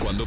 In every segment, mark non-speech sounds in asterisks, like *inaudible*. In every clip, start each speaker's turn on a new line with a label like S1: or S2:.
S1: Cuando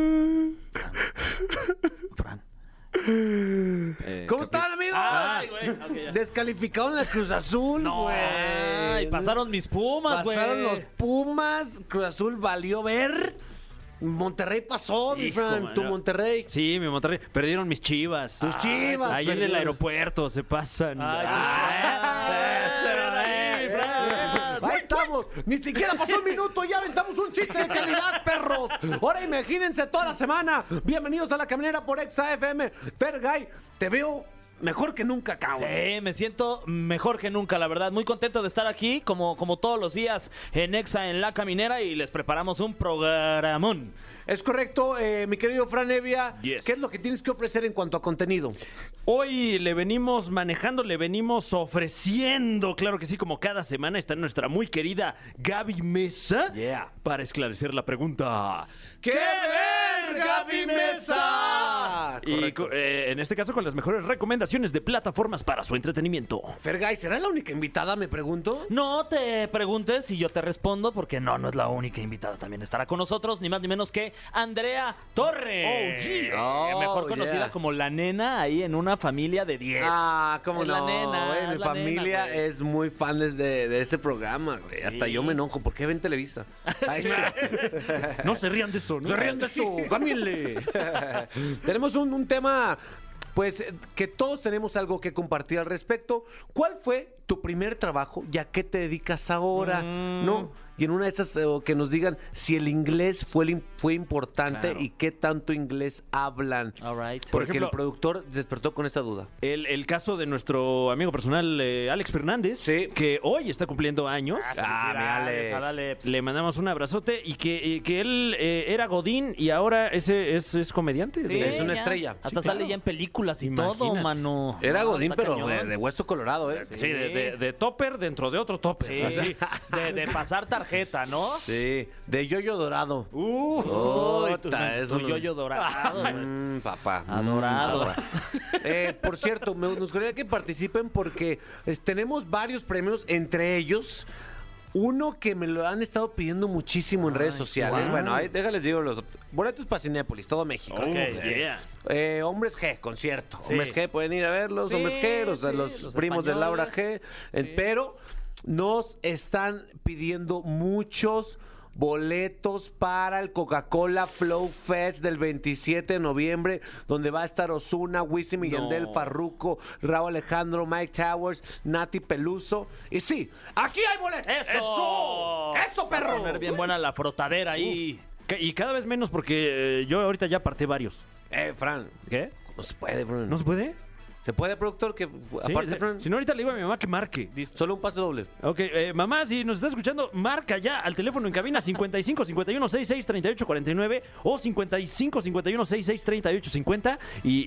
S2: Fran. Eh,
S3: ¿Cómo
S2: Capi.
S3: están, amigos?
S2: Ay, güey. ok, ya.
S3: Descalificaron la Cruz Azul,
S2: Ah, No,
S3: güey.
S2: ay, pasaron mis pumas, güey.
S3: Pasaron los Pumas, Cruz Azul valió ver. Monterrey pasó, mi
S2: Hijo,
S3: Fran,
S2: mano.
S3: tu Monterrey.
S2: Sí, mi Monterrey. Perdieron mis chivas. Ah,
S3: Tus chivas,
S2: Ahí en el
S3: perdidos.
S2: aeropuerto se pasan.
S4: Ay, tus
S2: Ay,
S4: chivas.
S2: eh, eh, Fran.
S3: Ahí estamos, ni siquiera pasó un minuto, ya aventamos un chiste de calidad, perros. Ahora imagínense toda la semana. Bienvenidos a la caminera por Exa FM. Fergay, te veo mejor que nunca, cabrón.
S4: Sí, Eh, me siento mejor que nunca, la verdad. Muy contento de estar aquí, como, como todos los días, en Exa, en La Caminera, y les preparamos un programón.
S3: Es correcto, eh, mi querido Fran Evia.
S2: Yes.
S3: ¿Qué es lo que tienes que ofrecer en cuanto a contenido?
S2: Hoy le venimos manejando, le venimos ofreciendo, claro que sí, como cada semana está nuestra muy querida Gaby Mesa
S4: Yeah.
S2: para esclarecer la pregunta.
S3: ¡Qué ver, Gaby Mesa!
S2: Y co- eh, en este caso con las mejores recomendaciones de plataformas para su entretenimiento.
S3: Fergay, ¿será la única invitada, me pregunto?
S4: No te preguntes y yo te respondo, porque no, no es la única invitada. También estará con nosotros, ni más ni menos que Andrea Torres.
S2: Oh, yeah.
S4: Eh, mejor
S3: Oh,
S4: conocida
S3: yeah.
S4: como la nena ahí en una familia de 10.
S3: Ah, cómo
S4: Es
S3: no.
S4: la nena,
S3: güey,
S4: es
S3: mi
S4: la
S3: familia
S4: nena, güey.
S3: es muy fan de, de ese programa, güey. Hasta yo me enojo. ¿Por qué ven
S4: *laughs*
S3: Televisa? Ahí está.
S2: No se rían de eso, ¿no?
S3: ¡Se ríen de esto! ¡Cámbienle! Pues *laughs* tenemos un, un tema, pues, eh, que todos tenemos algo que compartir al respecto. ¿Cuál fue tu primer trabajo y a qué te dedicas ahora? ¿No? Y en una de esas, eh, o que nos digan si el inglés fue, el im- fue importante
S4: Claro. Ah,
S3: y qué tanto inglés hablan.
S4: All right.
S2: Por
S3: Porque
S2: ejemplo-
S3: el productor despertó con esta duda.
S2: El, el caso de nuestro amigo personal, eh, Alex Fernández,
S3: Sí.
S2: que hoy está cumpliendo años.
S3: Ah, mi Alex.
S4: Al Alex.
S2: Le mandamos un abrazote y que, eh, que él eh, era Godín y ahora ese es, es comediante.
S4: Sí,
S3: Es una
S4: ya.
S3: estrella.
S4: Hasta
S2: Sí, claro.
S4: sale ya en películas y todo,
S2: Imagínate.
S4: mano.
S3: Era
S4: No,
S3: Godín,
S4: está
S3: pero
S4: cañón.
S3: de, de hueso colorado, ¿eh?
S2: Sí, de, de- de topper dentro de otro topper.
S4: Sí,
S3: *laughs*
S2: Así.
S4: de, de pasar tarjeta, ¿no?
S3: Sí, de yoyo dorado.
S2: Uh,
S4: *laughs* Uy, tu,
S3: Ota, es
S4: tu
S3: un-
S4: yoyo
S3: *laughs*
S4: dorado. güey.
S3: Mm, papá. Mm,
S4: Adorado.
S3: papá. Eh, por cierto, me, nos gustaría que participen porque es- tenemos varios premios, entre ellos uno que me lo han estado pidiendo muchísimo en redes sociales.
S2: guau.
S3: Bueno, ahí, déjales digo los boletos para Cinépolis, todo México.
S2: Ok,
S3: Eh,
S2: yeah.
S3: eh, hombres G, concierto.
S2: Sí.
S3: Hombres G, pueden ir a verlos.
S4: Sí,
S3: hombres G, los,
S4: sí,
S3: los
S4: los
S3: primos de Laura G.
S4: españoles.
S3: eh,
S4: Sí.
S3: Pero nos están pidiendo muchos boletos para el Coca-Cola Flow Fest del 27 de noviembre, donde va a estar Osuna, Wisin y
S2: No.
S3: Yandel, Farruco, Raúl Alejandro, Mike Towers, Nati Peluso. Y sí, aquí hay boletos.
S4: ¡Eso!
S3: ¡Eso! ¡Eso,
S4: Va a
S3: perro!
S4: poner bien buena la frotadera ahí.
S2: Ca- Y cada vez menos porque eh, yo ahorita ya aparté varios.
S3: Eh, Fran,
S2: ¿Qué?
S3: no se puede, Fran.
S2: ¿No se puede?
S3: ¿Se puede, productor? Que,
S2: Sí,
S3: aparte,
S2: se-
S3: Fran,
S2: si no, ahorita le digo a mi mamá que marque.
S3: solo un paso doble.
S2: Ok, eh, mamá, si nos está escuchando, marca ya al teléfono en cabina 55 51 66 38 49 o 55 51 66 38 50 y, y-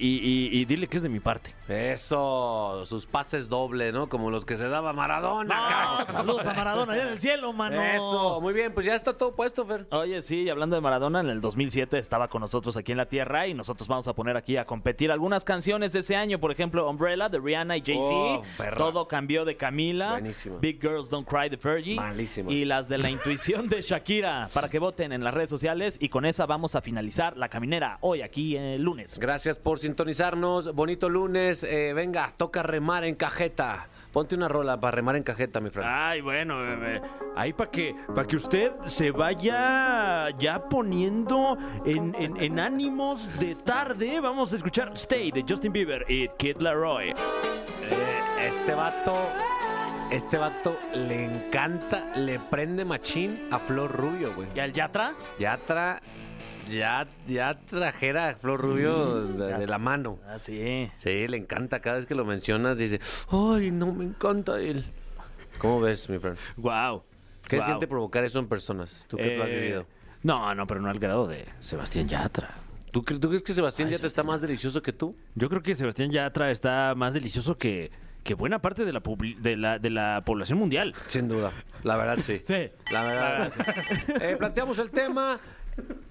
S2: y- y dile que es de mi parte.
S3: Eso, sus pases doble, ¿no? Como los que se daba Maradona.
S4: No, Ah. saludos a Maradona allá en el cielo, mano.
S3: cabrón. Eso, muy bien, pues ya está todo puesto, Fer.
S4: Oye, sí, y hablando de Maradona, en el 2007 estaba con nosotros aquí en la Tierra y nosotros vamos a poner aquí a competir algunas canciones de ese año, por ejemplo, Umbrella de Rihanna y Jay-Z,
S3: Oh, perra.
S4: Todo cambió de Camila,
S3: Buenísima.
S4: Big Girls Don't Cry de Fergie
S3: Malísima.
S4: y las de la intuición de Shakira, para que voten en las redes sociales y con esa vamos a finalizar la caminera hoy aquí el lunes.
S3: Gracias por sintonizarnos. Bonito lunes. Eh, venga, toca remar en cajeta. Ponte una rola para remar en cajeta, mi Fran.
S2: Ay, bueno, bebé. Ahí para que, pa' que usted se vaya ya poniendo en, en- en ánimos de tarde. Vamos a escuchar Stay de Justin Bieber y Kid Laroi.
S3: Este vato, este vato le encanta, le prende machín a Flor Rubio, güey.
S4: ¿Y al Yatra?
S3: Ya tra, ya, ya trajera a Flor Rubio de- de la mano.
S4: Ah, sí.
S3: Sí, le encanta. Cada vez que lo mencionas dice, ay, no, me encanta él. ¿Cómo ves, mi friend?
S2: Wow.
S3: ¿Qué siente provocar eso en personas? ¿Tú que lo has vivido?
S2: Eh, No, no, pero no al grado de Sebastián Yatra.
S3: ¿Tú, cre- tú crees que Sebastián ya te está más delicioso que tú?
S2: Yo creo que Sebastián Yatra está más delicioso que, que buena parte de la, publi- de la, de la población mundial.
S3: Sin duda, la verdad sí.
S4: Sí.
S3: La verdad. sí. Eh, planteamos el tema,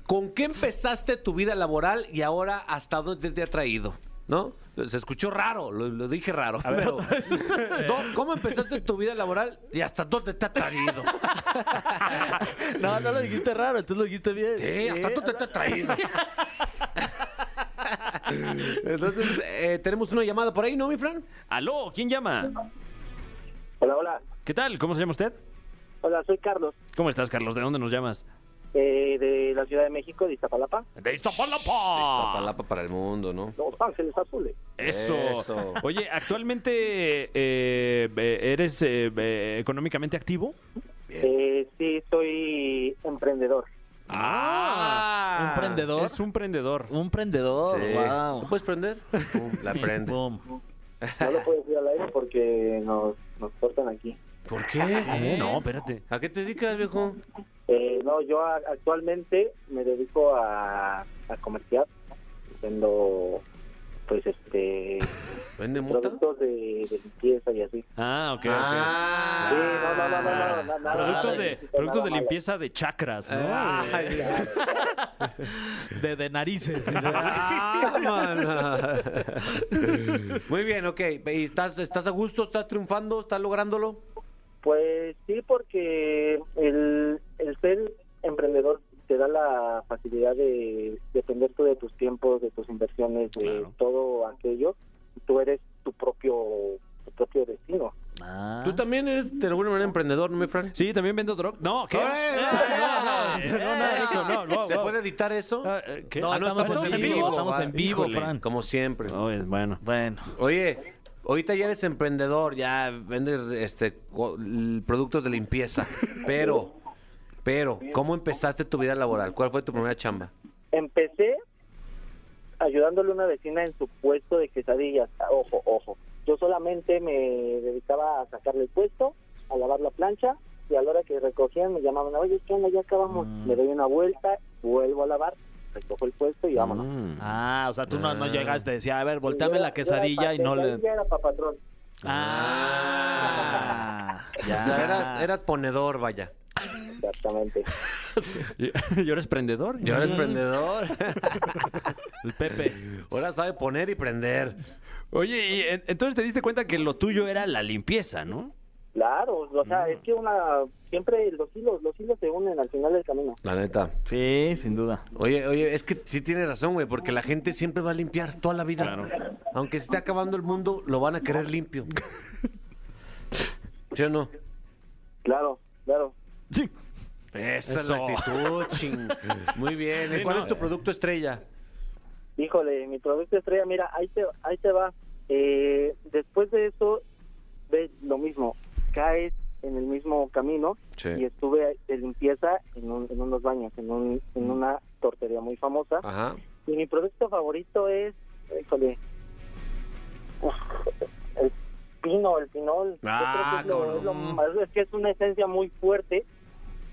S3: ¿con qué empezaste tu vida laboral y ahora hasta dónde te ha traído? ¿No? Se escuchó raro, lo, lo dije raro. pero, ¿dó- ¿Cómo empezaste tu vida laboral y hasta dónde te ha traído?
S4: *laughs* No, no lo dijiste raro, entonces lo dijiste bien. ¿Eh?
S3: Sí, hasta tú te has traído. *laughs* Entonces, eh, tenemos una llamada por ahí, ¿no, mi Fran?
S2: Aló, ¿quién llama?
S5: Hola, hola.
S2: ¿Qué tal? ¿Cómo se llama usted?
S5: Hola, soy Carlos,
S2: ¿Cómo estás, Carlos? ¿De dónde nos llamas?
S5: eh, de la Ciudad de México, de Iztapalapa.
S2: De Ah.
S3: Palapa para el mundo, ¿no?
S5: Los Ángeles Azules.
S2: Eso.
S3: Eso.
S2: *laughs* Oye, ¿actualmente eh, eh, eres eh, eh, económicamente activo?
S5: Eh, sí, soy emprendedor.
S4: Ah, ¿un prendedor?
S2: Es un prendedor.
S4: Un prendedor,
S3: Sí.
S4: Oh, wow.
S3: ¿Lo puedes prender? *laughs*
S4: *laughs*
S3: La prende.
S4: Pum.
S5: No lo puedo decir al aire porque nos, nos cortan aquí.
S3: ¿Por qué?
S2: Eh, No, espérate.
S3: ¿A qué te dedicas, viejo?
S5: Eh, no, yo a- actualmente me dedico a, a comerciar, vendo pues este
S3: ¿Vende mota?
S5: productos de, de limpieza y así.
S2: Ah, ok, ok.
S3: Ah.
S5: Sí, no, no, no, no, no, no, nada,
S2: Productos
S5: nada
S2: de,
S5: ilícito,
S2: productos
S5: nada
S2: de
S5: malo.
S2: limpieza de chakras, ¿no? Eh,
S3: Ay,
S4: De, de narices.
S3: ah, mana. Muy bien, ok. ¿Y estás, estás a gusto? ¿Estás triunfando? ¿Estás lográndolo?
S5: Pues sí, porque el, el ser emprendedor te da la facilidad de depender tú de tus tiempos, de tus inversiones, de
S2: Claro.
S5: todo aquello. Tú eres tu propio tu propio destino.
S4: Ah.
S3: Tú también eres de alguna manera emprendedor, ¿no, mi Fran?
S2: Sí, también vendo droga. No, ¿qué?
S3: ¡Eh, eh, eh,
S2: no, no, nada de eso, no, no,
S3: ¿Se
S2: no.
S3: puede editar eso?
S2: Ah, eh, ¿qué?
S4: No,
S2: Ah,
S4: estamos en vivo, estamos
S3: va.
S4: en vivo,
S3: Híjole,
S4: Fran.
S3: Como siempre.
S2: No, Oh, es bueno.
S4: Bueno.
S3: Oye, ahorita ya eres emprendedor, ya vendes este co- l- productos de limpieza, pero pero ¿cómo empezaste tu vida laboral? ¿Cuál fue tu primera chamba?
S5: Empecé ayudándole a una vecina en su puesto de quesadillas. Ah, Ojo, ojo. Yo solamente me dedicaba a sacarle el puesto, a lavar la plancha y a la hora que recogían me llamaban, oye, ¿qué onda? Ya acabamos.
S2: Mm.
S5: Me doy una vuelta, vuelvo a lavar, recojo el puesto y vámonos.
S2: Mm.
S4: Ah, o sea, tú no, no
S3: Ah.
S4: llegaste, decía, a ver, volteame la quesadilla y no le...
S5: Ya era para patrón.
S4: Ah,
S3: O sea, eras, eras ponedor, vaya.
S5: Exactamente.
S2: ¿Y ahora es prendedor?
S3: Yo eres emprendedor.
S2: El Pepe.
S3: *laughs* Ahora sabe poner y prender.
S2: Oye, y en- entonces te diste cuenta que lo tuyo era la limpieza, ¿no?
S5: Claro, o sea, es que una siempre los hilos, los hilos se unen al final del camino.
S3: La neta.
S4: Sí, sin duda.
S3: Oye, oye, es que sí tienes razón, güey, porque la gente siempre va a limpiar toda la vida.
S2: Claro.
S3: Aunque se esté acabando el mundo, lo van a querer limpio. ¿Sí o no?
S5: Claro, claro.
S2: Sí.
S3: Esa es
S2: Eso.
S3: la actitud, ching. Muy bien. ¿eh? ¿Y
S2: Sí,
S3: ¿Cuál
S2: no.
S3: es tu producto estrella?
S5: Híjole, mi producto estrella, mira, ahí te, ahí te va. Eh, después de eso, ves lo mismo, caes en el mismo camino
S3: Sí.
S5: y estuve de limpieza en, un- en unos baños, en, un, en una tortería muy famosa.
S3: Ajá.
S5: Y mi producto favorito es, híjole, uf, el pino, el pinol. Yo
S3: Ah,
S5: creo que es, lo-
S3: cómo
S5: es lo más- es que es una esencia muy fuerte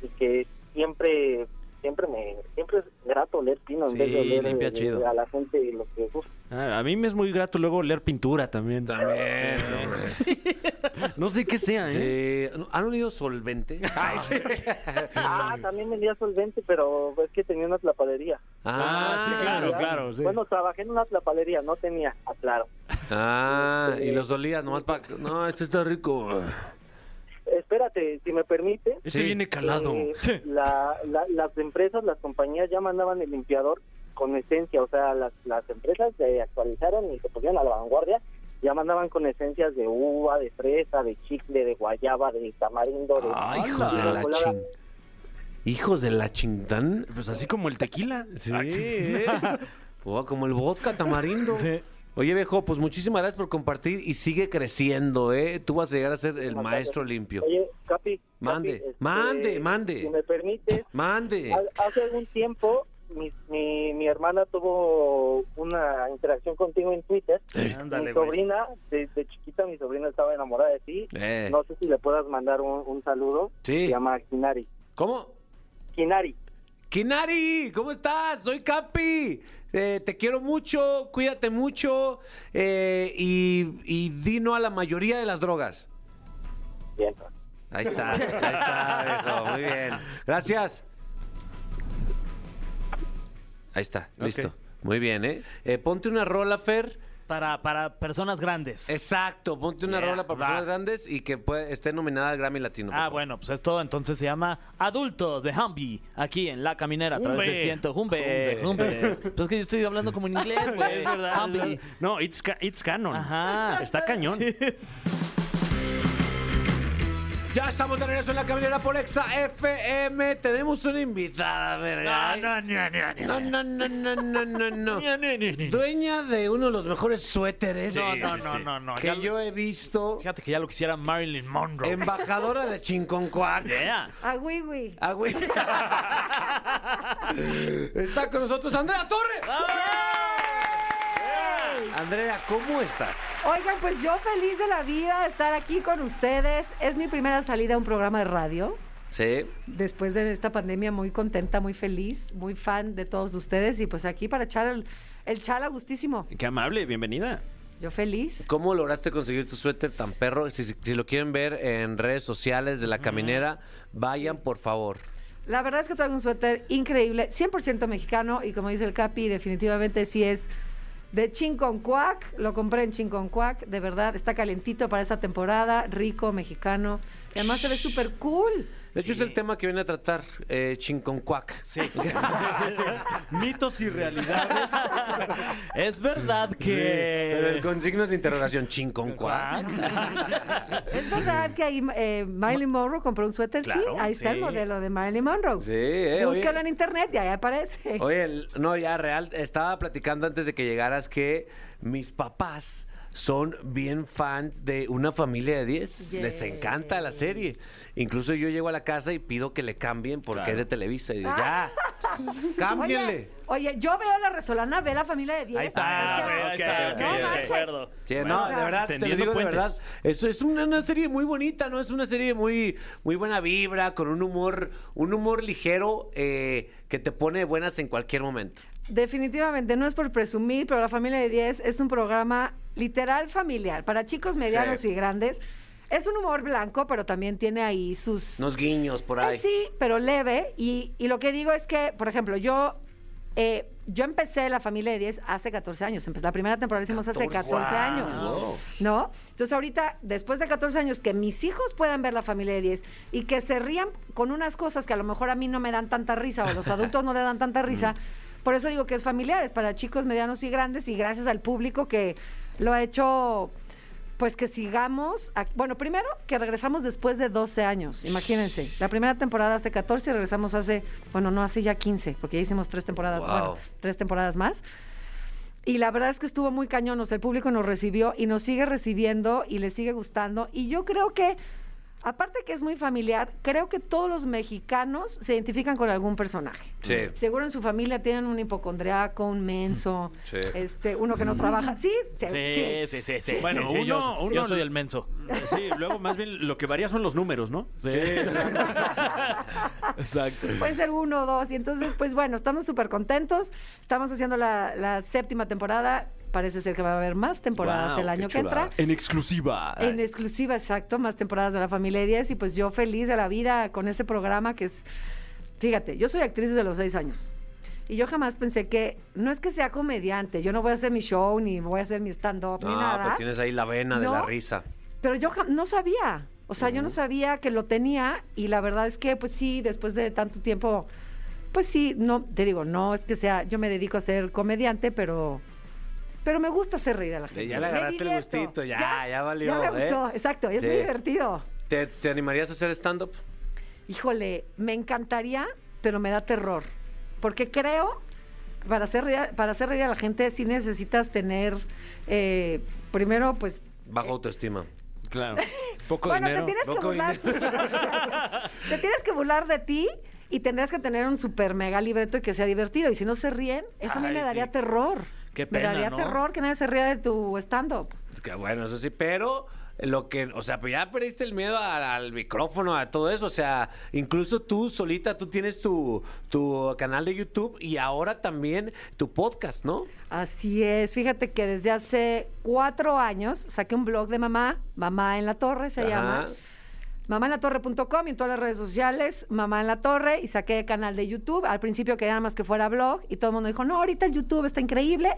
S5: y que siempre, siempre me, siempre es grato oler pino en
S2: Sí,
S5: vez de oler
S2: limpia
S5: eh,
S2: chido.
S5: a la gente lo que gusta.
S2: *laughs* Ah, a mí me es muy grato luego leer pintura también.
S3: También.
S2: *laughs* No sé qué sea, ¿eh?
S3: Sí. ¿Han unido solvente? *laughs* Ay, sí.
S5: Ah, también vendía solvente, pero es que tenía una tlapalería.
S2: Ah, sí, claro,
S5: Ya.
S2: claro. sí.
S5: Bueno, trabajé en una tlapalería, no tenía, aclaro.
S3: Ah, y los olías nomás para... No, esto está rico.
S5: Espérate, si me permite.
S2: este
S3: sí.
S2: viene calado.
S5: Eh, la- la- las empresas, las compañías ya mandaban el limpiador con esencia, o sea, las, las empresas se actualizaron y se pusieron a la vanguardia, ya mandaban con esencias de uva, de fresa, de chicle, de guayaba, de tamarindo, de...
S3: Ay, hijos de
S5: de
S3: la
S5: chocolate.
S3: ching... Hijos de la chingdan.
S2: Pues así como el tequila. Ah,
S3: Sí. ¿eh? *laughs* Oh, como el vodka tamarindo. Oye, viejo, pues muchísimas gracias por compartir y sigue creciendo, ¿eh? Tú vas a llegar a ser el maestro limpio.
S5: Oye, Capi. Capi,
S3: Mande, mande, mande.
S5: Si me permites,
S3: Mande.
S5: ha- hace algún tiempo mi, mi, mi hermana tuvo una interacción contigo en Twitter. mi
S4: Ándale, güey.
S5: sobrina, desde chiquita mi sobrina estaba enamorada de ti.
S3: Eh.
S5: No sé si le puedas mandar un, un saludo.
S3: Sí.
S5: Se llama Kinari.
S3: ¿Cómo?
S5: Kinari.
S3: Kinari, ¿cómo estás? Soy Capi. Eh, te quiero mucho, cuídate mucho eh, y, y di no a la mayoría de las drogas.
S5: Bien.
S3: Ahí está, ahí está, viejo, muy bien. Gracias. Ahí está, listo. Muy bien, ¿eh? Eh, Ponte una rola, Fer.
S4: Para, para personas
S3: Eh,
S4: grandes.
S3: Exacto, ponte una
S4: Yeah,
S3: rola para
S4: va.
S3: personas grandes y que puede- esté nominada al Grammy Latino. por
S4: Ah,
S3: favor.
S4: bueno, pues es todo. Entonces se llama Adultos de Humby, aquí en La Caminera, a través de
S2: Humbe.
S4: 100. Humbe, Humbe. Pues es que yo estoy hablando como en inglés, güey.
S2: *laughs* Es verdad.
S4: Humby.
S2: Ah, No, it's, ca- it's canon.
S4: Ajá.
S2: Está cañón.
S3: Ya estamos de regreso en la caminera por Exa FM. Tenemos una invitada, verga. No, no, no, no, no, no, no. Dueña de uno de los mejores suéteres
S4: No, no, no, no, no. Ya-
S3: que yo he visto.
S4: Fíjate que ya lo quisiera Marilyn Monroe.
S3: Em, Embajadora de Chinconcuac.
S4: Yeah.
S6: A Wiwi.
S3: Ah, güey. Está con nosotros Andrea Torre. Andrea, ¿cómo estás?
S6: Oigan, pues yo feliz de la vida de estar aquí con ustedes. Es mi primera salida a un programa de radio.
S3: Sí.
S6: Después de esta pandemia, muy contenta, muy feliz, muy fan de todos ustedes. Y pues aquí para echar el, el chala gustísimo.
S2: Qué amable, bienvenida.
S6: Yo feliz.
S3: ¿Cómo lograste conseguir tu suéter tan perro? Si, si- si lo quieren ver en redes sociales de La Caminera, vayan, por favor.
S6: La verdad es que traigo un suéter increíble, 100% mexicano. Y como dice el Capi, definitivamente sí es de Chinconcuac. Lo compré en Chinconcuac. De verdad, está calentito para esta temporada. Rico, mexicano. Y además se ve súper cool.
S3: De hecho, es el tema que viene a tratar eh, Chinconcuac.
S4: Sí. Mitos y realidades. es verdad
S3: Pero el-
S4: que.
S3: con signos de interrogación, Chinconcuac.
S6: Es verdad que ahí eh, Marilyn Monroe compró un suéter, sí,
S4: Mm. Claro,
S6: ahí está el
S4: sí.
S6: modelo de Marilyn Monroe.
S3: Sí, eh, oye.
S6: Búscalo en internet y ahí aparece. *laughs*
S3: Oye, el- no, ya real, estaba platicando antes de que llegaras que mis papás son bien fans de una familia de 10. Les encanta la serie. Incluso yo llego a la casa y pido que le cambien porque es de Televisa. Y digo,
S6: *laughs*
S3: ya, cámbienle.
S6: Oye, oye, yo veo la Resolana, ve la familia de 10.
S4: Ahí está,
S6: o sea,
S4: güey, ahí está, ok,
S6: no
S4: ok.
S6: manches.
S4: de acuerdo.
S3: Sí,
S6: Bueno,
S3: no, de verdad, te lo
S2: tendiendo
S3: digo de
S2: puentes.
S3: verdad. Eso es una, una serie muy bonita, ¿no? Es una serie muy, muy buena vibra, con un humor, un humor ligero eh, que te pone de buenas en cualquier momento.
S6: Definitivamente, no es por presumir, pero la familia de 10 es un programa literal familiar para chicos medianos
S3: Sí.
S6: y grandes. Es un humor blanco, pero también tiene ahí sus...
S3: Unos guiños por
S6: Eh,
S3: ahí.
S6: sí, pero leve. Y, y lo que digo es que, por ejemplo, yo, eh, yo empecé La Familia de 10 hace 14 años. Empe- La primera temporada la hicimos hace
S3: 14,
S6: 14
S3: wow.
S6: años. ¿No? Entonces ahorita, después de 14 años, que mis hijos puedan ver La Familia de 10 y que se rían con unas cosas que a lo mejor a mí no me dan tanta risa o a los adultos no le dan tanta risa. Por eso digo que es familiar, es para chicos medianos y grandes y gracias al público que lo ha hecho... Pues que sigamos. a- bueno, primero que regresamos después de 12 años, imagínense. La primera temporada hace 14 y regresamos hace, bueno, no hace ya 15, porque ya hicimos tres temporadas,
S3: Wow.
S6: bueno, tres temporadas más. Y la verdad es que estuvo muy cañón, o sea, el público nos recibió y nos sigue recibiendo y le sigue gustando. Y yo creo que, aparte que es muy familiar, creo que todos los mexicanos se identifican con algún personaje.
S3: Sí.
S6: Seguro en su familia tienen un hipocondriaco, un menso,
S3: Sí.
S6: este, uno que no trabaja. Sí, sí,
S4: Sí,
S2: *laughs*
S4: sí, sí, sí.
S2: Bueno,
S4: sí, sí, yo-
S2: uno-
S4: yo
S2: uno-
S4: soy el menso.
S2: Eh, Sí, luego más bien lo que varía son los números, ¿no?
S4: Sí. Exacto.
S6: Puede ser uno o dos. Y entonces, pues bueno, estamos súper contentos. Estamos haciendo la, la séptima temporada. Parece ser que va a haber más temporadas
S2: Wow,
S6: el año
S2: qué
S6: que entra.
S2: chulada. En exclusiva.
S6: En exclusiva, exacto, más temporadas de la familia de 10. Y pues yo feliz de la vida con ese programa que es. Fíjate, yo soy actriz desde los seis años. Y yo jamás pensé que. No es que sea comediante. Yo no voy a hacer mi show, ni voy a hacer mi stand-up, ni
S3: No,
S6: nada.
S3: pero Ah, pues tienes ahí la vena de la
S6: ¿No?
S3: risa.
S6: Pero yo jam- no sabía. O sea, yo no sabía que lo tenía y la verdad es que, pues sí, después de tanto tiempo, pues sí, no, te digo, no es que sea, yo me dedico a ser comediante, pero, pero me gusta hacer reír a la gente.
S3: Ya le
S6: Me
S3: agarraste el
S6: divierto.
S3: gustito, ya, ya valió,
S6: Ya me
S3: ¿eh?
S6: gustó, exacto, es
S3: Sí.
S6: muy divertido.
S3: ¿Te, te animarías a hacer stand-up?
S6: Híjole, me encantaría, pero me da terror, porque creo que para hacer reír, a- para hacer reír a la gente sí necesitas tener, eh, primero, pues
S4: Eh.
S3: Bajo autoestima. *laughs*
S2: Claro. Poco
S6: bueno,
S2: dinero.
S6: te tienes que
S3: poco
S6: burlar. te tienes que burlar de ti y tendrás que tener un super mega libreto y que sea divertido. Y si no se ríen, eso a mí
S4: Ay,
S6: me daría
S4: sí.
S6: terror.
S4: Qué
S6: me
S4: pena,
S6: daría
S4: ¿no?
S6: terror que nadie se ría de tu stand-up.
S3: Es que bueno, eso sí, pero lo que, o sea, pues ya perdiste el miedo al, al micrófono, a todo eso, o sea, incluso tú solita, tú tienes tu, tu canal de YouTube y ahora también tu podcast, ¿no?
S6: Así es, fíjate que desde hace cuatro años saqué un blog de mamá, Mamá en la Torre se
S3: Ajá.
S6: llama, mamáenlatorre.com y en todas las redes sociales, Mamá en la Torre, y saqué canal de YouTube. Al principio quería nada más que fuera blog y todo el mundo dijo, no, ahorita el YouTube está increíble.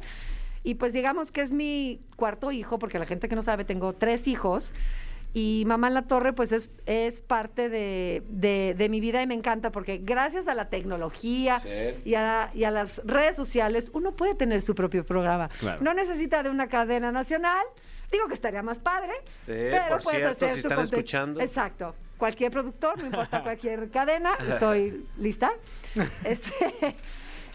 S6: Y pues digamos que es mi cuarto hijo, porque la gente que no sabe, tengo tres hijos. Y Mamá en la Torre, pues es, es parte de, de- de mi vida y me encanta porque gracias a la tecnología y, a, y a las redes sociales, uno puede tener su propio programa.
S2: Claro.
S6: No necesita de una cadena nacional. Digo que estaría más padre.
S3: Sí,
S6: pero
S3: por
S6: puedes
S3: cierto,
S6: hacer
S3: si
S6: su
S3: están
S6: conte-
S3: escuchando.
S6: Exacto. Cualquier productor, no importa cualquier cadena, estoy lista. Este,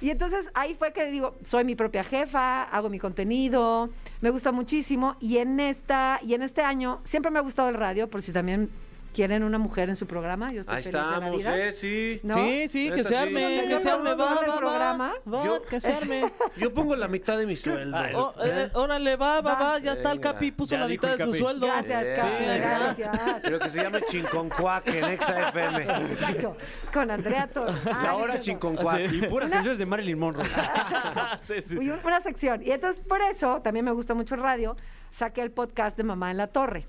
S6: y entonces ahí fue que digo, soy mi propia jefa, hago mi contenido, me gusta muchísimo y en esta y en este año siempre me ha gustado el radio, por si también quieren una mujer en su programa, yo estoy
S3: Ahí
S6: feliz de la
S3: estamos,
S6: vida.
S3: eh, sí.
S6: ¿No?
S4: Sí, sí, que
S3: Neta,
S4: se
S3: sí.
S4: arme,
S6: Yo
S4: que se arme,
S6: no
S4: va,
S6: veo el
S4: va,
S6: programa.
S4: va, va,
S3: Yo-
S4: que se arme.
S3: Yo pongo la mitad de mi sueldo.
S4: Oh, eh, órale, va, va,
S6: Va.
S4: va, ya está el
S3: Venga.
S4: Capi, puso
S2: Ya
S4: la
S2: dijo
S4: mitad
S2: el
S4: de su
S2: Capi.
S4: sueldo.
S6: Gracias,
S3: Sí,
S6: Carla,
S3: ahí está.
S6: gracias.
S3: *laughs* Creo que se llama Chinconcuac en Exa FM.
S6: *laughs* Exacto, con Andrea Torres. Ah,
S3: La
S6: no
S3: hora
S6: es cierto.
S3: Chinconcuac.
S2: Y puras canciones de Marilyn Monroe.
S4: Sí, sí.
S6: Uy, una sección. Y entonces por eso también me gusta mucho el radio. Saqué el podcast de Mamá en la Torre.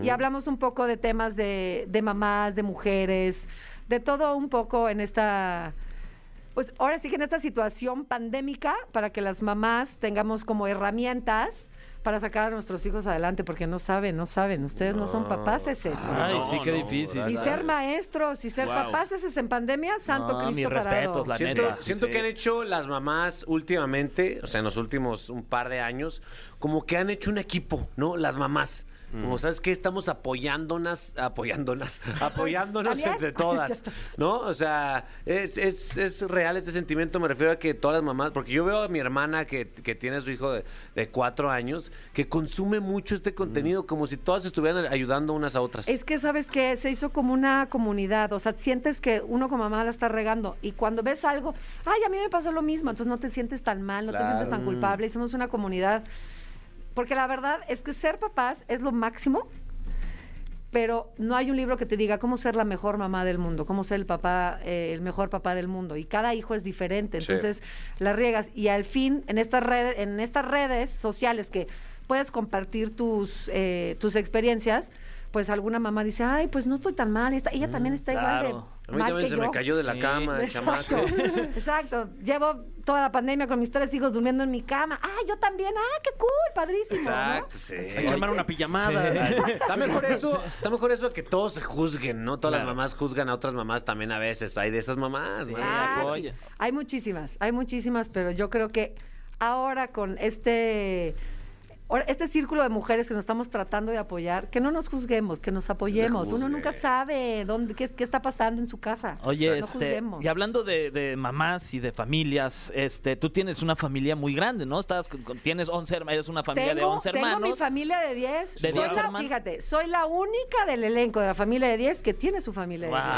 S6: Y hablamos un poco de temas de, de mamás, de mujeres, de todo un poco en esta. Pues ahora sí que en esta situación pandémica, para que las mamás tengamos como herramientas para sacar a nuestros hijos adelante, porque no saben, no saben. Ustedes no, son papás, ese.
S2: Ay, sí, qué difícil.
S6: Y ser maestros y ser
S2: Wow.
S6: papás ese en pandemia, santo
S4: No,
S6: Cristo
S4: mis
S6: parado.
S4: respetos, la
S3: siento
S4: neta.
S3: siento que han hecho las mamás últimamente, o sea, en los últimos un par de años, como que han hecho un equipo, ¿no? Las mamás. Como sabes que estamos apoyándonos,
S6: *laughs*
S3: apoyándonos, apoyándonos
S6: ¿También?
S3: entre
S6: *laughs*
S3: todas, ¿no? O sea, es, es, es real este sentimiento, me refiero a que todas las mamás, porque yo veo a mi hermana que, que tiene a su hijo de, de cuatro años, que consume mucho este contenido, como si todas estuvieran ayudando unas a otras.
S6: Es que sabes que se hizo como una comunidad, o sea, sientes que uno como mamá la está regando y cuando ves algo, ay, a mí me pasó lo mismo, entonces no te sientes tan mal, no te sientes tan culpable, hicimos una comunidad. Porque la verdad es que ser papás es lo máximo, pero no hay un libro que te diga cómo ser la mejor mamá del mundo, cómo ser el papá, eh, el mejor papá del mundo. Y cada hijo es diferente, entonces la riegas. Y al fin, en estas redes, en estas redes sociales que puedes compartir tus, eh, tus experiencias, pues alguna mamá dice, ay, pues no estoy tan mal, esta- ella también está igual
S4: claro.
S6: de
S3: Mm, a mí
S6: mal
S3: también
S6: que
S3: se
S6: yo".
S3: me
S6: *laughs*
S3: cayó de la
S4: Sí.
S3: cama, el
S6: Exacto.
S3: chamaco.
S6: Exacto. Llevo toda la pandemia con mis tres hijos durmiendo en mi cama. Ah, yo también. Ah, qué cool, padrísimo. ¿no?
S3: Exacto, sí.
S2: Hay que armar una pijamada.
S3: *laughs*
S2: *laughs*
S3: Está mejor eso, está mejor eso que todos se juzguen, ¿no? Todas las
S4: Claro.
S3: mamás juzgan a otras mamás también a veces. Hay de esas mamás, ¿no?
S6: Ah, sí.
S4: Oye.
S6: Hay muchísimas, hay muchísimas, pero yo creo que ahora con este ahora este círculo de mujeres que nos estamos tratando de apoyar, que no nos juzguemos, que nos apoyemos. Uno nunca sabe dónde qué, qué está pasando en su casa.
S4: Oye,
S6: no
S4: este,
S6: juzguemos.
S4: y hablando de, de mamás y de familias, este, tú tienes una familia muy grande, ¿no? Estás, con- con- tienes 11 hermanos, eres una familia de
S6: tengo,
S4: 11
S6: tengo mi
S4: hermanos.
S6: familia de 10.
S4: ¿De
S6: Soy
S4: 10
S6: la-
S4: hermanos?
S6: Fíjate, soy la única del elenco de la familia de 10 que tiene su familia de
S4: ¡Guau!
S6: 10.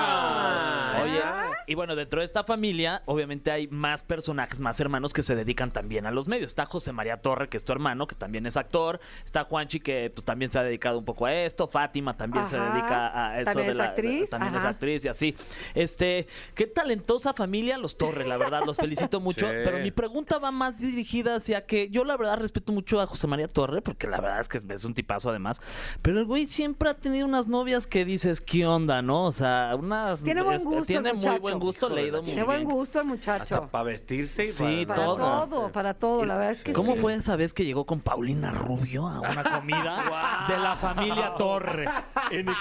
S3: Ah.
S4: Oye,
S3: Ah.
S4: y bueno, dentro de esta familia, obviamente hay más personajes, más hermanos que se dedican también a los medios. Está José María Torre, que es tu hermano, que también es actor. Está Juanchi, que pues, también se ha dedicado un poco a esto. Fátima también se
S6: Ajá.
S4: dedica a esto
S6: También
S4: de
S6: es
S4: la- de-
S6: actriz,
S4: también es
S6: ajá.
S4: actriz y así. Este, qué talentosa familia los Torre, la verdad, los
S3: *laughs*
S4: felicito mucho.
S3: Sí.
S4: Pero mi pregunta va más dirigida hacia que yo la verdad respeto mucho a José María Torre, porque la verdad es que es- es un tipazo además. Pero el güey siempre ha tenido unas novias que dices, ¿qué onda, no? O sea, unas...
S6: Tiene buen
S4: este,
S6: gusto el
S4: Tiene muy
S6: muchacho.
S4: buen gusto,
S3: Híjole,
S4: leído
S3: la
S4: muy
S6: Qué buen
S4: bien.
S6: gusto el
S3: Hasta
S6: muchacho.
S3: para vestirse y
S4: Sí,
S6: Para
S4: todo.
S6: todo, para todo, la verdad es que
S4: ¿Cómo
S6: sí.
S4: fue esa vez que llegó con Paulina Rubio a una
S3: *laughs*
S4: comida de la familia Torre?